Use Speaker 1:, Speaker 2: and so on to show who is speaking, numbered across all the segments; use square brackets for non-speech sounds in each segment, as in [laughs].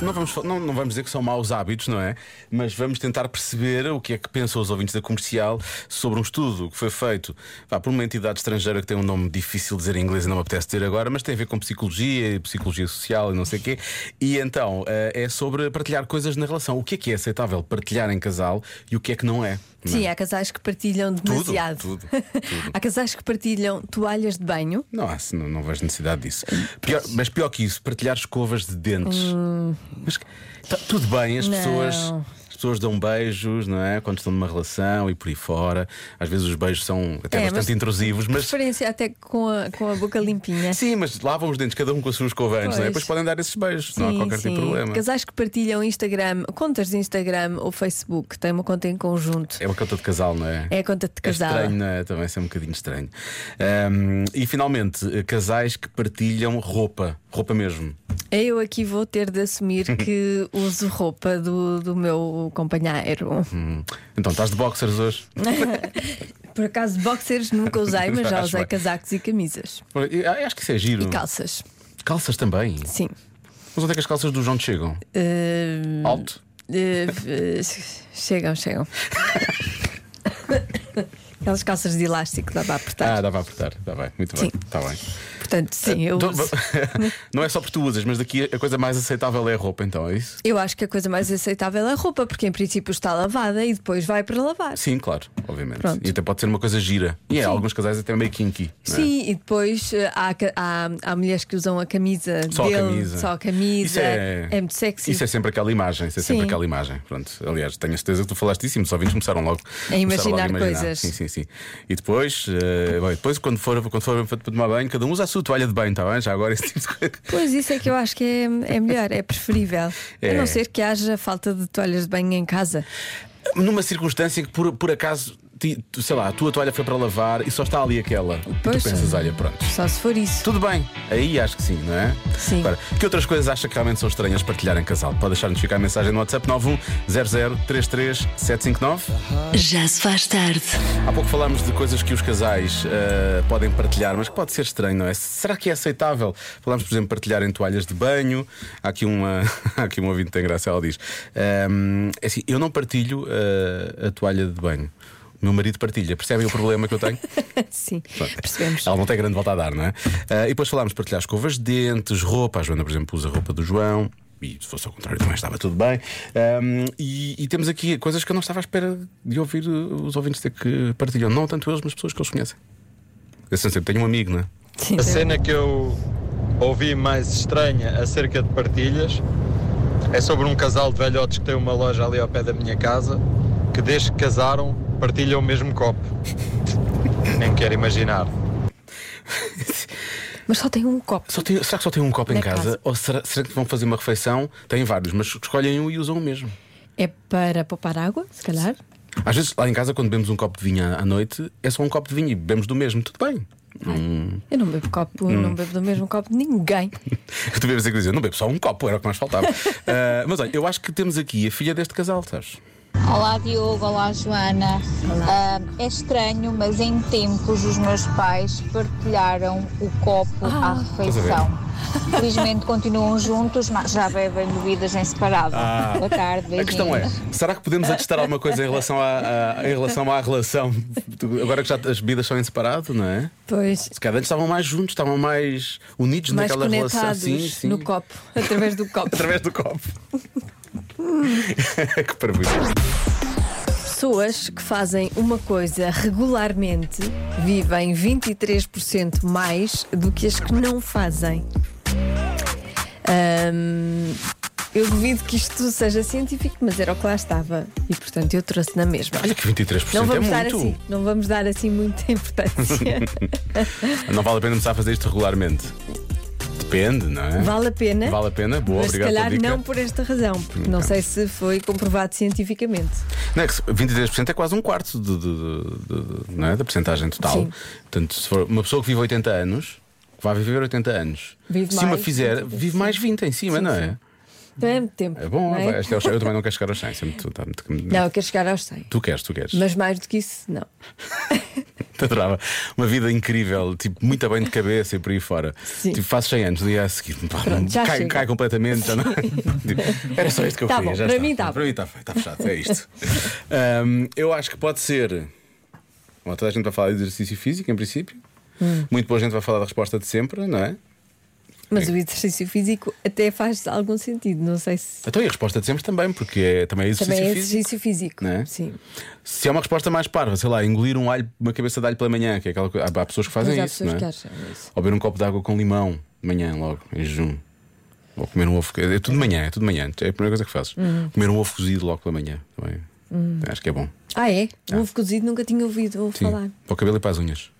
Speaker 1: Não vamos, fal- não, não vamos dizer que são maus hábitos, não é? Mas vamos tentar perceber o que é que pensam os ouvintes da comercial sobre um estudo que foi feito vá, por uma entidade estrangeira que tem um nome difícil de dizer em inglês e não me apetece dizer agora, mas tem a ver com psicologia e psicologia social e não sei o quê. E então eh, é sobre partilhar coisas na relação. O que é que é aceitável partilhar em casal e o que é que não é? não é?
Speaker 2: Sim, há casais que partilham demasiado. [laughs]
Speaker 1: tudo, tudo.
Speaker 2: há casais que partilham toalhas de banho.
Speaker 1: Não, há- não, não vejo necessidade disso. Pior- mas pior que isso, partilhar escovas de dentes. Mas que- tá tudo bem, as
Speaker 2: Hum. Não.
Speaker 1: pessoas. As pessoas dão beijos, não é? Quando estão numa relação e por aí fora. Às vezes os beijos são até
Speaker 2: É, mas-
Speaker 1: bastante intrusivos, mas.
Speaker 2: Preferência até com a, com a boca limpinha.
Speaker 1: Sim, mas lavam os dentes, cada um com a sua escova antes, não é?
Speaker 2: Pois.
Speaker 1: Depois podem dar esses beijos, não há
Speaker 2: Sim,
Speaker 1: qualquer tipo
Speaker 2: sim.
Speaker 1: de problema.
Speaker 2: Casais que partilham Instagram, contas de Instagram ou Facebook, têm uma conta em conjunto.
Speaker 1: É uma conta de casal, não é?
Speaker 2: É a conta de casal.
Speaker 1: É estranho, não é? Também isso é um bocadinho estranho. Ahm, e finalmente, eh, casais que partilham roupa, roupa mesmo.
Speaker 2: É, Eu aqui vou ter de
Speaker 1: [laughs]
Speaker 2: assumir que uso roupa do, do meu companheiro.
Speaker 1: Hum. Então, estás de boxers hoje?
Speaker 2: Por acaso, boxers nunca usei, mas já
Speaker 1: Acho
Speaker 2: usei
Speaker 1: bem.
Speaker 2: casacos e camisas.
Speaker 1: Eu Acho que isso é giro.
Speaker 2: E calças,
Speaker 1: Calças também.
Speaker 2: sim.
Speaker 1: Mas onde é que as calças do João te chegam?
Speaker 2: Eh,
Speaker 1: Alto.
Speaker 2: eh, eh, chegam, chegam. Aquelas calças de elástico dá para apertar.
Speaker 1: Ah, dá para apertar. Está bem, muito
Speaker 2: Sim.
Speaker 1: bem. Está bem.
Speaker 2: Portanto, sim, eu
Speaker 1: Então,
Speaker 2: uso.
Speaker 1: [laughs] Não é só porque tu usas, mas daqui a coisa mais aceitável é a roupa, então, é isso?
Speaker 2: Eu acho que a coisa mais aceitável é a roupa, porque em princípio está lavada e depois vai para lavar.
Speaker 1: Sim, claro, obviamente.
Speaker 2: Pronto.
Speaker 1: E até pode ser uma coisa gira. E é, alguns casais até meio kinky. não é?
Speaker 2: Sim, e depois eh, há, ca- há, há mulheres que usam a camisa
Speaker 1: Só
Speaker 2: dele,
Speaker 1: a camisa.
Speaker 2: só a camisa.
Speaker 1: Isso é,
Speaker 2: muito sexy.
Speaker 1: Isso é sempre aquela imagem. Isso é
Speaker 2: Sim.
Speaker 1: sempre aquela imagem. Pronto. Aliás, tenho a certeza que tu falaste disso e os ouvintes começaram logo
Speaker 2: A
Speaker 1: começaram
Speaker 2: imaginar
Speaker 1: logo
Speaker 2: coisas.
Speaker 1: Sim, sim, sim. E depois, eh, bem, depois quando for, quando for para tomar banho, cada um usa a sua toalha de banho, está bem? Já agora esse tipo de coisa.
Speaker 2: Pois isso é que eu acho que é, é melhor, é preferível.
Speaker 1: É.
Speaker 2: A não ser que haja falta de toalhas de banho em casa.
Speaker 1: Numa circunstância em que por, por acaso, ti- tu- sei lá, a tua toalha foi para lavar e só está ali aquela.
Speaker 2: Pois.
Speaker 1: Tu pensas, olha, pronto.
Speaker 2: Só se for isso.
Speaker 1: Tudo bem, aí acho que sim, não é?
Speaker 2: Sim.
Speaker 1: Agora, que outras coisas acha que realmente são estranhas partilhar em casal? Pode deixar-nos ficar a mensagem no WhatsApp 910033759.
Speaker 3: Já se faz tarde.
Speaker 1: Há pouco falámos de coisas que os casais eh, podem partilhar, mas que pode ser estranho, não é? Será que é aceitável? Falámos, por exemplo, partilhar em toalhas de banho. Há aqui uma, [laughs] há aqui um ouvinte que tem graça, ela diz: ehm, é assim, eu não partilho eh, a toalha de banho. O meu marido partilha. Percebem o problema que eu tenho?
Speaker 2: [laughs] Sim, percebemos.
Speaker 1: Ela não tem grande volta a dar, não é? Ah, e depois falámos de partilhar escovas de dentes, roupa. A Joana, por exemplo, usa a roupa do João. E se fosse ao contrário, também estava tudo bem. Ahm, e, e temos aqui coisas que eu não estava à espera de ouvir uh, os ouvintes ter que partilham. Não tanto eles, mas pessoas que eles conhecem. Eu sei, sempre tenho um amigo, não é?
Speaker 2: Sim,
Speaker 4: A cena que eu ouvi mais estranha acerca de partilhas é sobre um casal de velhotes que tem uma loja ali ao pé da minha casa que desde que casaram partilham o mesmo copo. [laughs] Nem quero imaginar.
Speaker 2: Mas só tem um copo.
Speaker 1: Só tem- será que só tem um copo em
Speaker 2: Na
Speaker 1: casa?
Speaker 2: casa.
Speaker 1: Ou será, será que vão fazer uma refeição? Têm vários, mas escolhem um e usam o mesmo.
Speaker 2: É para poupar água, se calhar.
Speaker 1: Às vezes, lá em casa, quando bebemos um copo de vinho à à noite, é só um copo de vinho e bebemos do mesmo. Tudo bem.
Speaker 2: Eu não bebo copo,
Speaker 1: Hum.
Speaker 2: não bebo do mesmo copo de ninguém.
Speaker 1: [laughs] Tu bebes aquilo e dizes, não bebo só um copo, era o que mais faltava. [laughs] Ah, mas olha, eu acho que temos aqui a filha deste casal, sabes?
Speaker 5: Olá Diogo, olá Joana. Ah, é estranho, mas em tempos os meus pais partilharam o copo à refeição. Felizmente continuam juntos, mas já bebem bebidas em separado. Boa tarde,
Speaker 1: Ah. A
Speaker 5: beijinhos.
Speaker 1: questão é, será que podemos atestar alguma coisa em relação à, à- em relação à relação? Agora que já as bebidas são em separado, não é?
Speaker 2: Pois,
Speaker 1: Se calhar antes estavam mais juntos, estavam mais unidos
Speaker 2: mais
Speaker 1: naquela relação.
Speaker 2: conectados
Speaker 1: Sim, sim.
Speaker 2: no copo, através do copo.
Speaker 1: Através do copo. [laughs] que parvoíce.
Speaker 2: Pessoas que fazem uma coisa regularmente vivem 23% mais do que as que não fazem. Ahm, eu duvido que isto seja científico, mas era o que lá estava. E portanto eu trouxe na mesma.
Speaker 1: Olha que 23%
Speaker 2: Não vamos,
Speaker 1: é
Speaker 2: dar
Speaker 1: muito.
Speaker 2: assim, não vamos dar assim muita [laughs] importância.
Speaker 1: Não vale a pena começar a fazer isto regularmente. Depende, não é?
Speaker 2: Vale a pena.
Speaker 1: Vale a pena? Boa,
Speaker 2: mas
Speaker 1: obrigado
Speaker 2: se
Speaker 1: pela
Speaker 2: calhar
Speaker 1: dica.
Speaker 2: não por esta razão, porque não sei se foi comprovado cientificamente.
Speaker 1: Não, é que 23% é quase um quarto de- de- de- de- não é? da percentagem total.
Speaker 2: Sim.
Speaker 1: Portanto, se for uma pessoa que vive 80 anos, que vai viver 80 anos,
Speaker 2: Vive
Speaker 1: se uma
Speaker 2: mais,
Speaker 1: fizer,
Speaker 2: 20%.
Speaker 1: vive mais 20 em cima,
Speaker 2: Sim,
Speaker 1: não
Speaker 2: sim.
Speaker 1: é?
Speaker 2: Não é muito tempo.
Speaker 1: É bom,
Speaker 2: não, é?
Speaker 1: vai- até aos- eu também não quero chegar aos 100. isso é muito- tá muito-
Speaker 2: não, eu quero chegar aos 100.
Speaker 1: Tu queres, tu queres.
Speaker 2: Mas mais do que isso, não.
Speaker 1: [laughs] Adorava. Uma vida incrível, tipo, muito bem de cabeça e por aí fora.
Speaker 2: Sim.
Speaker 1: Tipo, faço 100 anos, no dia a seguir, pá,
Speaker 2: Pronto, já
Speaker 1: cai,
Speaker 2: chega.
Speaker 1: cai completamente. já não- [laughs] Tipo, era só isto que eu
Speaker 2: Tá
Speaker 1: queria.
Speaker 2: bom,
Speaker 1: já
Speaker 2: para
Speaker 1: está.
Speaker 2: mim tá
Speaker 1: Para mim está tá fechado, é
Speaker 2: [laughs]
Speaker 1: isto. Ahm, eu acho que pode ser. Bom, toda a gente vai falar de exercício físico, em princípio.
Speaker 2: Hum.
Speaker 1: Muito boa gente vai falar da resposta de sempre, não é?
Speaker 2: Mas
Speaker 1: Sim.
Speaker 2: o exercício físico até faz algum sentido, não sei se.
Speaker 1: Então, e a resposta de sempre também, porque é, também é exercício
Speaker 2: Também é
Speaker 1: físico.
Speaker 2: exercício físico.
Speaker 1: Não é?
Speaker 2: Sim.
Speaker 1: Se é uma resposta mais parva, sei lá, engolir um alho, uma cabeça de alho pela manhã, que é aquela coisa. Há, há pessoas que fazem
Speaker 2: Mas há
Speaker 1: isso,
Speaker 2: pessoas
Speaker 1: não é?
Speaker 2: que acham isso.
Speaker 1: Ou beber um copo de água com limão de manhã, logo, em jejum. Ou comer um ovo. É tudo de manhã, é tudo de manhã. É a primeira coisa que faço.
Speaker 2: Uhum.
Speaker 1: Comer um ovo cozido logo pela manhã. Também. Acho que é bom.
Speaker 2: Ah, é? O ovo cozido nunca tinha ouvido
Speaker 1: Sim.
Speaker 2: falar.
Speaker 1: Para o cabelo e para as unhas.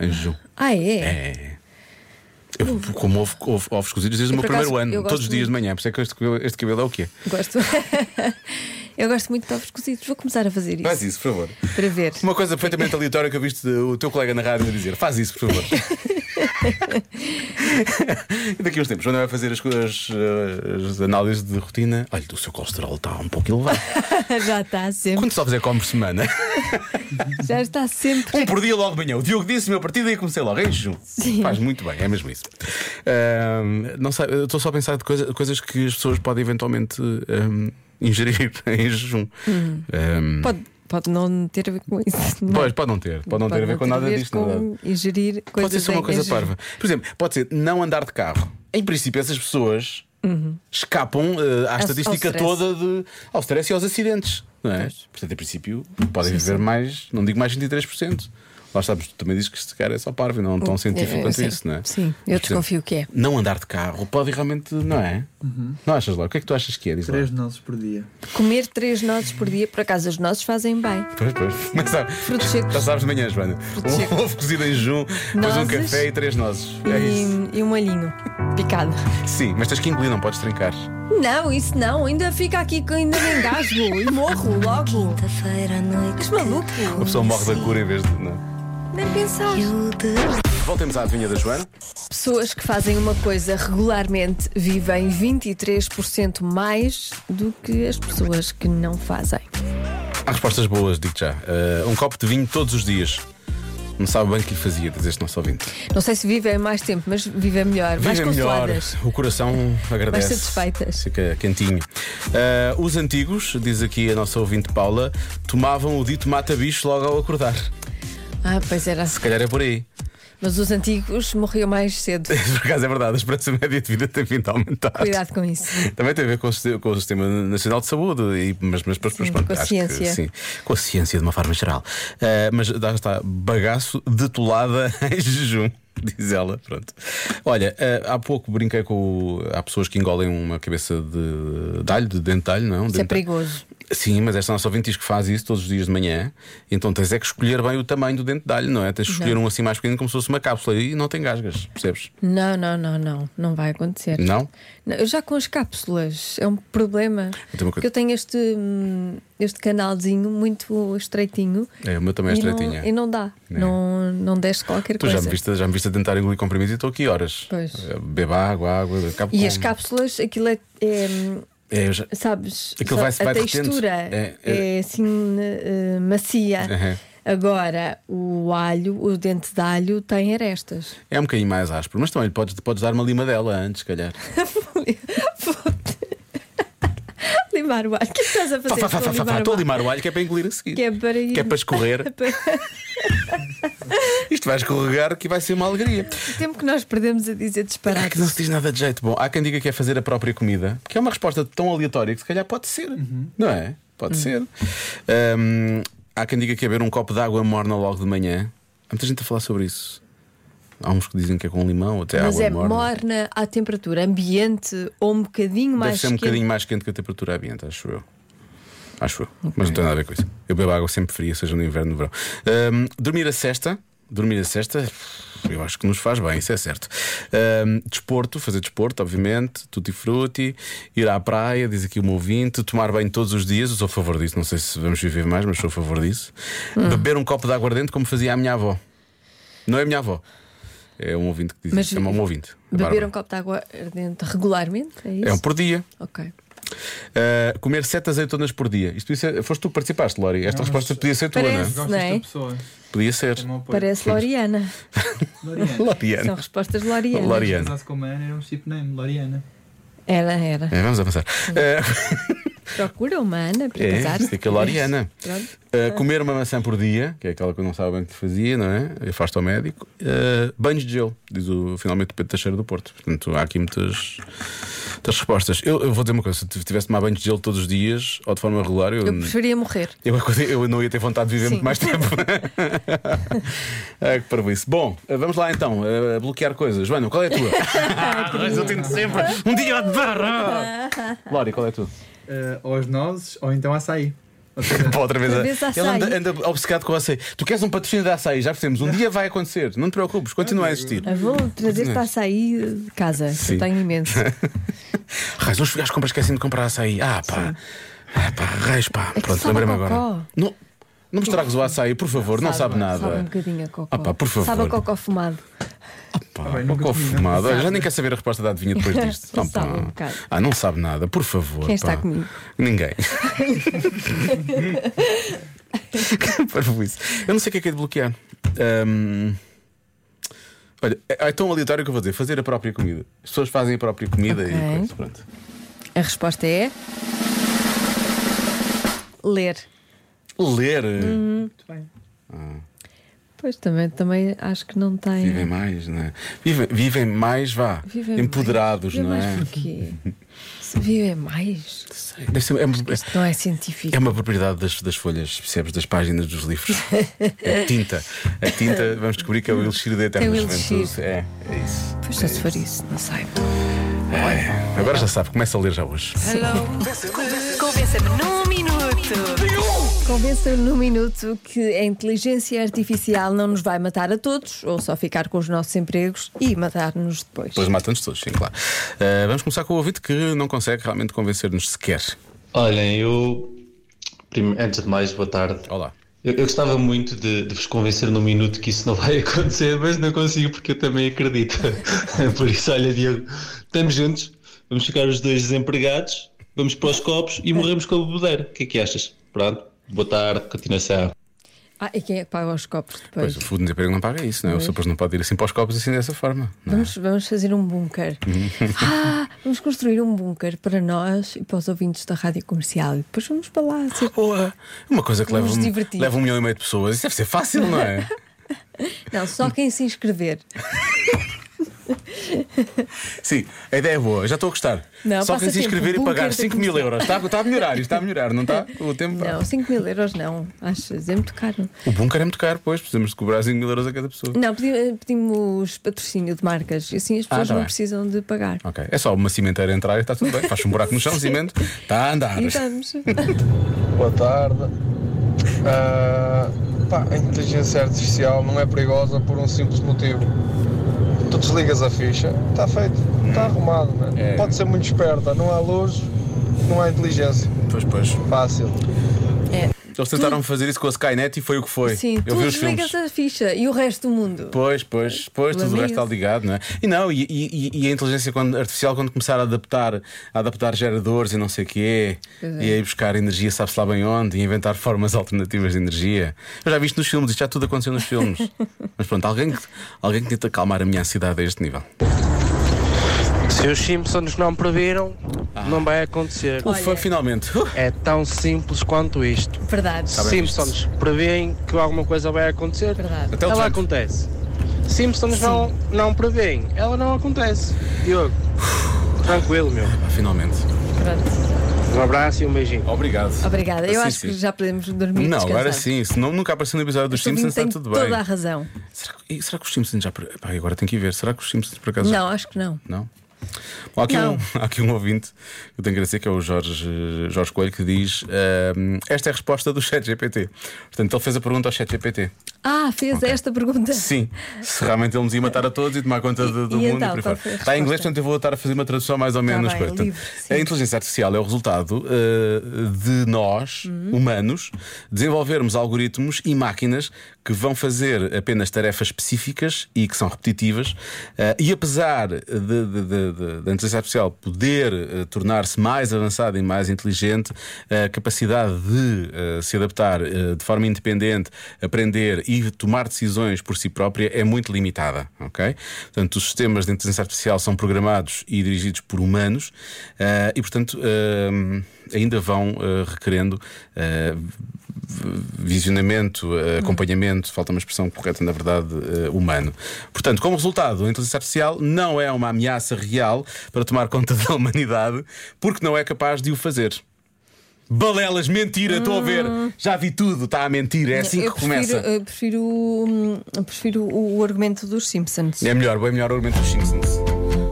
Speaker 1: Em jejum.
Speaker 2: Ah, é?
Speaker 1: É. Eu como ovo, ovo, ovos cozidos desde o
Speaker 2: Eu,
Speaker 1: meu
Speaker 2: por
Speaker 1: primeiro
Speaker 2: acaso, eu
Speaker 1: ano,
Speaker 2: gosto
Speaker 1: todos os dias de manhã. Por isso é que este cabelo, este cabelo é o quê?
Speaker 2: Gosto. [laughs] eu gosto muito de ovos cozidos. Vou começar a fazer isso.
Speaker 1: Faz isso, por favor.
Speaker 2: Para ver. [laughs]
Speaker 1: Uma coisa perfeitamente aleatória que eu viste o teu colega na rádio a dizer: faz isso, por [laughs] favor. E Daqui a uns tempos, quando vai fazer as, co- as, eh, as análises de rotina, olha, o seu colesterol está um pouco elevado.
Speaker 2: Já está sempre.
Speaker 1: [laughs] Quando só fizer como por semana?
Speaker 2: Já está sempre.
Speaker 1: [laughs] Um por dia logo de manhã. O Diogo disse: meu partido e comecei logo em jejum.
Speaker 2: Sim.
Speaker 1: Faz muito bem, é mesmo isso. Ahm, não sei, eu estou só a pensar de coisa- coisas que as pessoas podem eventualmente ahm, ingerir [laughs] em jejum. Ahm,
Speaker 2: Pode, pode não ter a ver com isso. não é?
Speaker 1: Pois, pode não ter, pode não ter a ver com nada disto, na verdade.
Speaker 2: com Ingerir coisas
Speaker 1: Pode ser só uma
Speaker 2: em-
Speaker 1: coisa
Speaker 2: em-
Speaker 1: parva. Por exemplo, pode ser não andar de carro. Em princípio, essas pessoas escapam eh, à
Speaker 2: ao
Speaker 1: estatística
Speaker 2: stress.
Speaker 1: toda de, ao stress e aos acidentes. Não é? Portanto, em princípio, podem viver mais, não digo mais 23%. Lá sabes, tu também dizes que este cara é só parvo, e não tão científico
Speaker 2: é,
Speaker 1: quanto
Speaker 2: sim.
Speaker 1: isso, não é?
Speaker 2: Sim, eu
Speaker 1: por exemplo,
Speaker 2: desconfio que é.
Speaker 1: Não andar de carro pode realmente, não é? Não achas lá? O que é que tu achas que é? Diz lá.
Speaker 6: Três nozes por dia.
Speaker 2: Comer três nozes por dia, por acaso as nozes fazem bem.
Speaker 1: Pois,
Speaker 2: [laughs]
Speaker 1: pois. Mas sabe,
Speaker 2: Frutos secos.
Speaker 1: já sabes de manhã, Joana. Um
Speaker 2: secos.
Speaker 1: ovo cozido em jejum, depois um
Speaker 2: Nozes.
Speaker 1: café e três nozes. É isso.
Speaker 2: E, e um alhinho picado.
Speaker 1: Sim, mas tens que engolir, não podes trincar.
Speaker 2: Não, isso não, ainda fica aqui, que ainda me engasgo e morro logo.
Speaker 3: Quinta-feira à noite.
Speaker 2: És maluco?
Speaker 1: A pessoa morre da cura em vez de. Não. é?
Speaker 2: Nem pensar.
Speaker 3: Eu de
Speaker 1: Voltemos à adivinha da Joana.
Speaker 2: Pessoas que fazem uma coisa regularmente vivem 23% mais do que as pessoas que não fazem.
Speaker 1: Há respostas boas, digo já. Eh, um copo de vinho todos os dias. Não sabe bem o que lhe fazia, diz este nosso ouvinte.
Speaker 2: Não sei se vivem mais tempo, mas vivem melhor, mais
Speaker 1: Vivem melhor,
Speaker 2: consoladas.
Speaker 1: o coração agradece.
Speaker 2: Mais satisfeitas.
Speaker 1: Fica quentinho. Eh, os antigos, diz aqui a nossa ouvinte Paula, tomavam o dito mata-bicho logo ao acordar.
Speaker 2: Ah, pois era.
Speaker 1: Se calhar é por aí. [laughs]
Speaker 2: Mas os antigos morriam mais cedo.
Speaker 1: Por acaso é verdade, a esperança média de vida tem vindo a aumentar.
Speaker 2: Cuidado com isso.
Speaker 1: Também tem a ver com o, sistema- com o Sistema Nacional de Saúde, e, mas, mas, mas,
Speaker 2: Sim,
Speaker 1: pronto,
Speaker 2: com a
Speaker 1: acho que
Speaker 2: ciência.
Speaker 1: sim. Com a ciência de uma forma geral. Eh, mas lá está, bagaço detolada [laughs] em jejum. Diz ela, pronto. Olha, eh, há pouco brinquei com. o- Há pessoas que engolem uma cabeça de, de alho, de dente de alho, não?
Speaker 2: Isso é perigoso.
Speaker 1: Sim, mas esta nossa ouvinte diz que faz isso todos os dias de manhã. Então tens é que escolher bem o tamanho do dente de alho, não é? Tens de escolher um assim mais pequeno, como se fosse uma cápsula, e não tem gasgas, percebes?
Speaker 2: Não, não, não, não. Não vai acontecer.
Speaker 1: Não?
Speaker 2: Não, eu já com as cápsulas é um
Speaker 1: Eu
Speaker 2: problema.
Speaker 1: tenho uma coisa-
Speaker 2: Porque eu tenho este, hum, este canalzinho muito estreitinho.
Speaker 1: É, o meu também é
Speaker 2: e não-
Speaker 1: estreitinho.
Speaker 2: E não dá.
Speaker 1: É.
Speaker 2: Não, não desce qualquer
Speaker 1: Tu
Speaker 2: coisa.
Speaker 1: já me, viste, já me viste a tentar engolir comprimidos e estou aqui horas.
Speaker 2: é.
Speaker 1: Eh,
Speaker 2: Pois.
Speaker 1: Bebo água, água, acabo
Speaker 2: E
Speaker 1: com-
Speaker 2: as cápsulas, aquilo é. é, hum,
Speaker 1: É, eu já-
Speaker 2: sabes?
Speaker 1: Aquilo
Speaker 2: só-
Speaker 1: vai-se- vai
Speaker 2: a
Speaker 1: derretendo.
Speaker 2: textura
Speaker 1: É,
Speaker 2: é,
Speaker 1: é-
Speaker 2: assim eh, macia.
Speaker 1: Aham.
Speaker 2: Agora, o alho, o dente de alho tem arestas. [laughs]
Speaker 1: É um bocadinho mais áspero, mas também lhe podes, podes dar uma limadela antes, se calhar.
Speaker 2: [laughs] limar o alho. O que é que estás a
Speaker 1: Fá,
Speaker 2: fazer?
Speaker 1: fá, fá, fá,
Speaker 2: com
Speaker 1: fá,
Speaker 2: o
Speaker 1: Estou a
Speaker 2: alho?
Speaker 1: limar o alho que é para engolir a seguir.
Speaker 2: Que é para ir-
Speaker 1: Que é para
Speaker 2: [laughs]
Speaker 1: escorrer. Isto vai escorregar que vai ser uma alegria.
Speaker 2: O tempo que nós perdemos a dizer
Speaker 1: É que não
Speaker 2: disparates.
Speaker 1: se diz nada de jeito bom. Há quem diga que é fazer a própria comida, que é uma resposta tão aleatória que se calhar pode ser,
Speaker 2: Uhum.
Speaker 1: não é? Pode ser. Hum, há quem diga que é beber um copo de água morna logo de manhã. Há muita gente a falar sobre isso. Há uns que dizem que é com limão, até
Speaker 2: Mas
Speaker 1: água
Speaker 2: é
Speaker 1: morna.
Speaker 2: morna à temperatura ambiente ou um bocadinho
Speaker 1: Deve
Speaker 2: mais
Speaker 1: ser um
Speaker 2: quente.
Speaker 1: bocadinho mais quente que a temperatura ambiente, acho eu. Acho eu. Mas não tem nada a ver com isso. Eu bebo água sempre fria, seja no inverno ou no verão. Hum, dormir a sesta. Dormir a sesta. eu acho que nos faz bem, isso é certo. Ahm, desporto, fazer desporto, obviamente, tutti frutti, ir à praia, diz aqui o meu ouvinte, tomar banho todos os dias, eu sou a favor disso, não sei se vamos viver mais, mas sou a favor disso.
Speaker 2: Hum.
Speaker 1: Beber um copo de aguardente como fazia a minha avó. Não é a minha avó. É um ouvinte que diz,
Speaker 2: Mas
Speaker 1: isso, é um ouvinte. a
Speaker 2: Beber
Speaker 1: Bárbara.
Speaker 2: um copo de água ardente regularmente? É isso?
Speaker 1: É um por dia.
Speaker 2: Ok.
Speaker 1: Uh, comer sete azeitonas por dia. Isto isso é- foste tu que participaste, Lori. Esta
Speaker 6: Não, mas-
Speaker 1: resposta podia ser tua,
Speaker 2: Parece.
Speaker 1: não
Speaker 6: Gosto
Speaker 2: Não é?
Speaker 6: desta pessoa.
Speaker 1: é? Podia ser.
Speaker 6: Tem o meu apoio.
Speaker 2: Parece Loriana.
Speaker 1: [laughs]
Speaker 6: Loriana.
Speaker 2: São
Speaker 1: Loriana.
Speaker 2: respostas Loriana.
Speaker 1: Loriana.
Speaker 6: Casasse com uma Ana era um chip name, Loriana.
Speaker 2: Era, era.
Speaker 1: É, vamos avançar.
Speaker 2: Procura uma Ana
Speaker 1: Uh,
Speaker 2: para
Speaker 1: é,
Speaker 2: casar.
Speaker 1: fica Loriana.
Speaker 2: Pronto.
Speaker 1: Uh, comer uma maçã por dia, que é aquela que eu não sabia bem que fazia, não é? Afasta ao médico. Uh, banhos de gelo, diz o, finalmente o Pedro Teixeira do Porto. Portanto, há aqui muitas, muitas respostas. Eu, eu vou dizer uma coisa: se eu tivesse de tomar banhos de gelo todos os dias ou de forma regular, eu,
Speaker 2: Eu preferia morrer.
Speaker 1: Eu, [laughs] eu não ia ter vontade de viver
Speaker 2: Sim.
Speaker 1: muito mais
Speaker 2: [laughs]
Speaker 1: tempo. ah, que parvoíce. Bom, eh, vamos lá então, eh, bloquear coisas. Joana, qual é a tua?
Speaker 2: [laughs]
Speaker 1: Mas eu tento sempre um dia de barra. Lori, qual é a tua?
Speaker 6: Eh, ou as nozes, ou então açaí. Ou seja,
Speaker 1: Pá, outra vez. é-
Speaker 2: Outra vez açaí.
Speaker 1: Ele anda, anda obcecado com o açaí. Tu queres um patrocínio de açaí, já percebemos. Um dia vai acontecer, não te preocupes, continua a existir.
Speaker 2: [laughs] Ah, Vou trazer-te a sair de casa, que
Speaker 1: Sim.
Speaker 2: eu tenho imenso.
Speaker 1: Raios, uns gajos compram esquecem de comprar açaí. Ah, pá. Ah, pá, raios, pá.
Speaker 2: É que
Speaker 1: Pronto,
Speaker 2: sabe
Speaker 1: lembrei-me
Speaker 2: a cocó.
Speaker 1: agora. Não, não me estragues o açaí, [laughs] por favor, não sabe, nada.
Speaker 2: Sabe um bocadinho a cocó.
Speaker 1: Ah, pá, por favor.
Speaker 2: Sabe a cocó fumado.
Speaker 1: Pá,
Speaker 6: Ah, bem,
Speaker 1: pá,
Speaker 6: nunca
Speaker 1: com
Speaker 6: comi, não.
Speaker 1: fumado. Olha, Já
Speaker 2: Sabe.
Speaker 1: nem quer saber a resposta da adivinha depois disto.
Speaker 2: Não sabe um bocado.
Speaker 1: ah, não sabe nada, por favor.
Speaker 2: Quem
Speaker 1: pá.
Speaker 2: está comigo?
Speaker 1: Ninguém. Parvoíce. Eu não sei o que é que é de bloquear. Hum, Olha, é é tão aleatório que eu vou dizer: fazer a própria comida. As pessoas fazem a própria comida
Speaker 2: Ok.
Speaker 1: e coisa, pronto.
Speaker 2: A resposta é. Ler.
Speaker 1: Ler, eh,
Speaker 2: Hum.
Speaker 6: muito bem.
Speaker 2: Pois também, também acho que não tem.
Speaker 1: vivem mais, não é? Vivem, vivem mais, vá.
Speaker 2: Vivem
Speaker 1: Empoderados,
Speaker 2: mais.
Speaker 1: não
Speaker 2: Vivem
Speaker 1: é?
Speaker 2: mais
Speaker 1: [laughs]
Speaker 2: porquê? Se vivem mais.
Speaker 1: Deve ser- é muito-
Speaker 2: Isto não é científico.
Speaker 1: É uma propriedade das, das folhas, percebes? Das páginas dos livros.
Speaker 2: [laughs]
Speaker 1: A tinta. A tinta, vamos descobrir que é o elixir da eterna
Speaker 2: É o elixir.
Speaker 1: juventude. É, é isso.
Speaker 2: Pois só se for isso, não sei.
Speaker 1: Agora já sabe, começa a ler já hoje.
Speaker 3: Convença-me num minuto.
Speaker 2: Convença-me num minuto que a inteligência artificial não nos vai matar a todos, ou só ficar com os nossos empregos e matar-nos depois.
Speaker 1: Depois matam-nos todos, sim, claro. Ah, vamos começar com o ouvinte que não consegue realmente convencer-nos sequer.
Speaker 7: Olhem, eu. prime- Antes de mais, boa tarde.
Speaker 1: Olá.
Speaker 7: Eu, eu gostava muito de, de vos convencer num minuto que isso não vai [laughs] acontecer, mas não consigo porque eu também acredito. [laughs] Por isso, olha, Diogo, estamos juntos, vamos ficar os dois desempregados, vamos para os copos e morremos com a bebedeira. O que é que achas? Pronto, boa tarde, continuação.
Speaker 2: Ah, e quem é que paga os copos depois?
Speaker 1: Pois, o fundo de desemprego não paga isso, não é? O Sopras não pode ir assim para os copos assim dessa forma. não é?
Speaker 2: Vamos, vamos fazer um
Speaker 1: [laughs]
Speaker 2: bunker. Ah, vamos construir um bunker para nós e para os ouvintes da rádio comercial. E depois vamos para lá. assim.
Speaker 1: Boa. Uma coisa que leva
Speaker 2: Vamos
Speaker 1: um,
Speaker 2: divertir.
Speaker 1: leva um milhão e meio de pessoas. Isso deve ser fácil, não
Speaker 2: [laughs]
Speaker 1: é?
Speaker 2: Não, só quem se inscrever.
Speaker 1: Sim, a ideia é boa, já estou a gostar.
Speaker 2: Não,
Speaker 1: Só quem se
Speaker 2: passatempo,
Speaker 1: inscrever e
Speaker 2: bunker
Speaker 1: pagar
Speaker 2: da
Speaker 1: 5 mil
Speaker 2: comercial.
Speaker 1: euros. Está, está a melhorar, isto está a melhorar, não está? O tempo pá.
Speaker 2: Não, 5 mil euros não. Achas? É muito caro.
Speaker 1: O bunker é muito caro, pois. Precisamos de cobrar 5 mil euros a cada pessoa.
Speaker 2: Não, pedi- eh, pedimos patrocínio de marcas e assim as
Speaker 1: Ah,
Speaker 2: pessoas
Speaker 1: tá
Speaker 2: não
Speaker 1: bem.
Speaker 2: precisam de pagar.
Speaker 1: Ok. É só uma cimenteira entrar e está tudo bem. Faz um buraco no chão, cimento. Está a andar.
Speaker 2: E vamos.
Speaker 4: Boa tarde. Ah, pá, a inteligência artificial não é perigosa por um simples motivo. Tu desligas a ficha, está feito, está arrumado, né?
Speaker 1: É.
Speaker 4: Pode ser muito esperta, não há luz, não há inteligência.
Speaker 1: Pois, pois.
Speaker 4: Fácil.
Speaker 1: Eles tentaram fazer isso com a Skynet e foi o que foi.
Speaker 2: Sim,
Speaker 1: Eu
Speaker 2: tu
Speaker 1: vi os filmes.
Speaker 2: desligas a ficha e o resto do mundo.
Speaker 1: Pois, pois, pois, tudo o
Speaker 2: Lamento.
Speaker 1: resto está ligado, não é? E não, e, e- e- e a inteligência quando- artificial quando começar a adaptar, a adaptar geradores e não sei o quê,
Speaker 2: Pois é.
Speaker 1: e aí buscar energia, sabe-se lá bem onde, e inventar formas alternativas de energia. Eu já vi isto nos filmes, isto já tudo aconteceu nos
Speaker 2: [laughs]
Speaker 1: filmes. Mas pronto, alguém que, alguém que tenta calmar a minha ansiedade a este nível.
Speaker 8: Se os Simpsons não previram,
Speaker 1: Ah.
Speaker 8: não vai acontecer.
Speaker 1: Ufa, finalmente. Uh,
Speaker 8: É tão simples quanto isto.
Speaker 2: Verdade.
Speaker 1: tá
Speaker 8: Simpsons preveem que alguma coisa vai acontecer,
Speaker 2: Verdade.
Speaker 1: Até o
Speaker 8: ela
Speaker 1: Trump.
Speaker 8: acontece. Simpsons não, não preveem, ela não acontece. Diogo, tranquilo, meu.
Speaker 1: pá, Ah, Finalmente.
Speaker 2: Pronto.
Speaker 8: Um abraço e um beijinho.
Speaker 1: Obrigado.
Speaker 2: Obrigada. Eu
Speaker 1: Sim,
Speaker 2: acho
Speaker 1: sim.
Speaker 2: que já podemos dormir.
Speaker 1: Não, agora
Speaker 2: descansados.
Speaker 1: sim, senão nunca apareceu no episódio dos
Speaker 2: Este ouvinte
Speaker 1: Simpsons, está
Speaker 2: tem
Speaker 1: tudo
Speaker 2: toda
Speaker 1: bem.
Speaker 2: a razão.
Speaker 1: Será, que, e será que os Simpsons já. pre- Pá, agora tenho que ir ver. Será que os Simpsons por acaso já
Speaker 2: Não, acho que não.
Speaker 1: Não? Há aqui,
Speaker 2: Não.
Speaker 1: Um, [laughs] há aqui um ouvinte que eu tenho que agradecer, que é o Jorge, Jorge [laughs] Coelho, que diz: ehm, Esta é a resposta do ChatGPT. Portanto, ele fez a pergunta ao ChatGPT.
Speaker 2: Ah, fez esta pergunta.
Speaker 1: Sim, se realmente ele nos ia matar a todos e tomar conta
Speaker 2: E-
Speaker 1: do, do
Speaker 2: e
Speaker 1: mundo
Speaker 2: então,
Speaker 1: e por aí fora.
Speaker 2: qual foi a
Speaker 1: Está em inglês,
Speaker 2: resposta? Tá
Speaker 1: portanto eu vou estar a fazer uma tradução mais ou menos.
Speaker 2: bem,
Speaker 1: coisa. Portanto,
Speaker 2: livre, sim.
Speaker 1: a inteligência artificial é o resultado eh, de nós,
Speaker 2: Uhum.
Speaker 1: humanos, desenvolvermos algoritmos e máquinas que vão fazer apenas tarefas específicas e que são repetitivas. Eh, e apesar de- de- de- de- da inteligência artificial poder eh, tornar-se mais avançada e mais inteligente, a capacidade de eh, se adaptar eh, de forma independente, aprender e tomar decisões por si própria é muito limitada, ok? Portanto, os sistemas de inteligência artificial são programados e dirigidos por humanos eh, e, portanto, eh, ainda vão eh, requerendo eh, visionamento, eh, acompanhamento, falta uma expressão correta, na verdade, eh, humano. Portanto, como resultado, a inteligência artificial não é uma ameaça real para tomar conta [laughs] da humanidade, porque não é capaz de o fazer. Balelas, mentira, estou a ver. Já vi tudo, está a mentir, é assim
Speaker 2: Hum. eu
Speaker 1: que
Speaker 2: prefiro,
Speaker 1: começa.
Speaker 2: Eu prefiro, hum, eu prefiro o, o argumento dos Simpsons.
Speaker 1: É melhor, bem melhor o argumento dos Simpsons.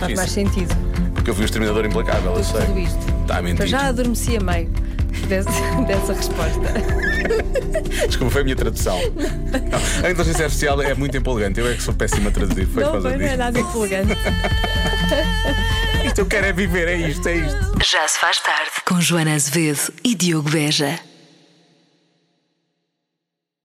Speaker 2: Faz mais
Speaker 1: Isso,
Speaker 2: sentido.
Speaker 1: Porque eu vi o exterminador implacável, eu sei.
Speaker 2: Tudo isto.
Speaker 1: Está a
Speaker 2: Eu
Speaker 1: mentir.
Speaker 2: Então já adormeci a meio [laughs] dessa, dessa resposta.
Speaker 1: Desculpa, foi a minha
Speaker 2: [laughs]
Speaker 1: tradução. Não, a inteligência artificial é muito empolgante. Eu é que sou péssimo a traduzir. Foi por
Speaker 2: não,
Speaker 1: causa
Speaker 2: bem, não é
Speaker 1: disso.
Speaker 2: nada empolgante.
Speaker 1: Isto eu quero é viver, é isto, é isto.
Speaker 3: Já se faz tarde com Joana Azevedo e Diogo Beja.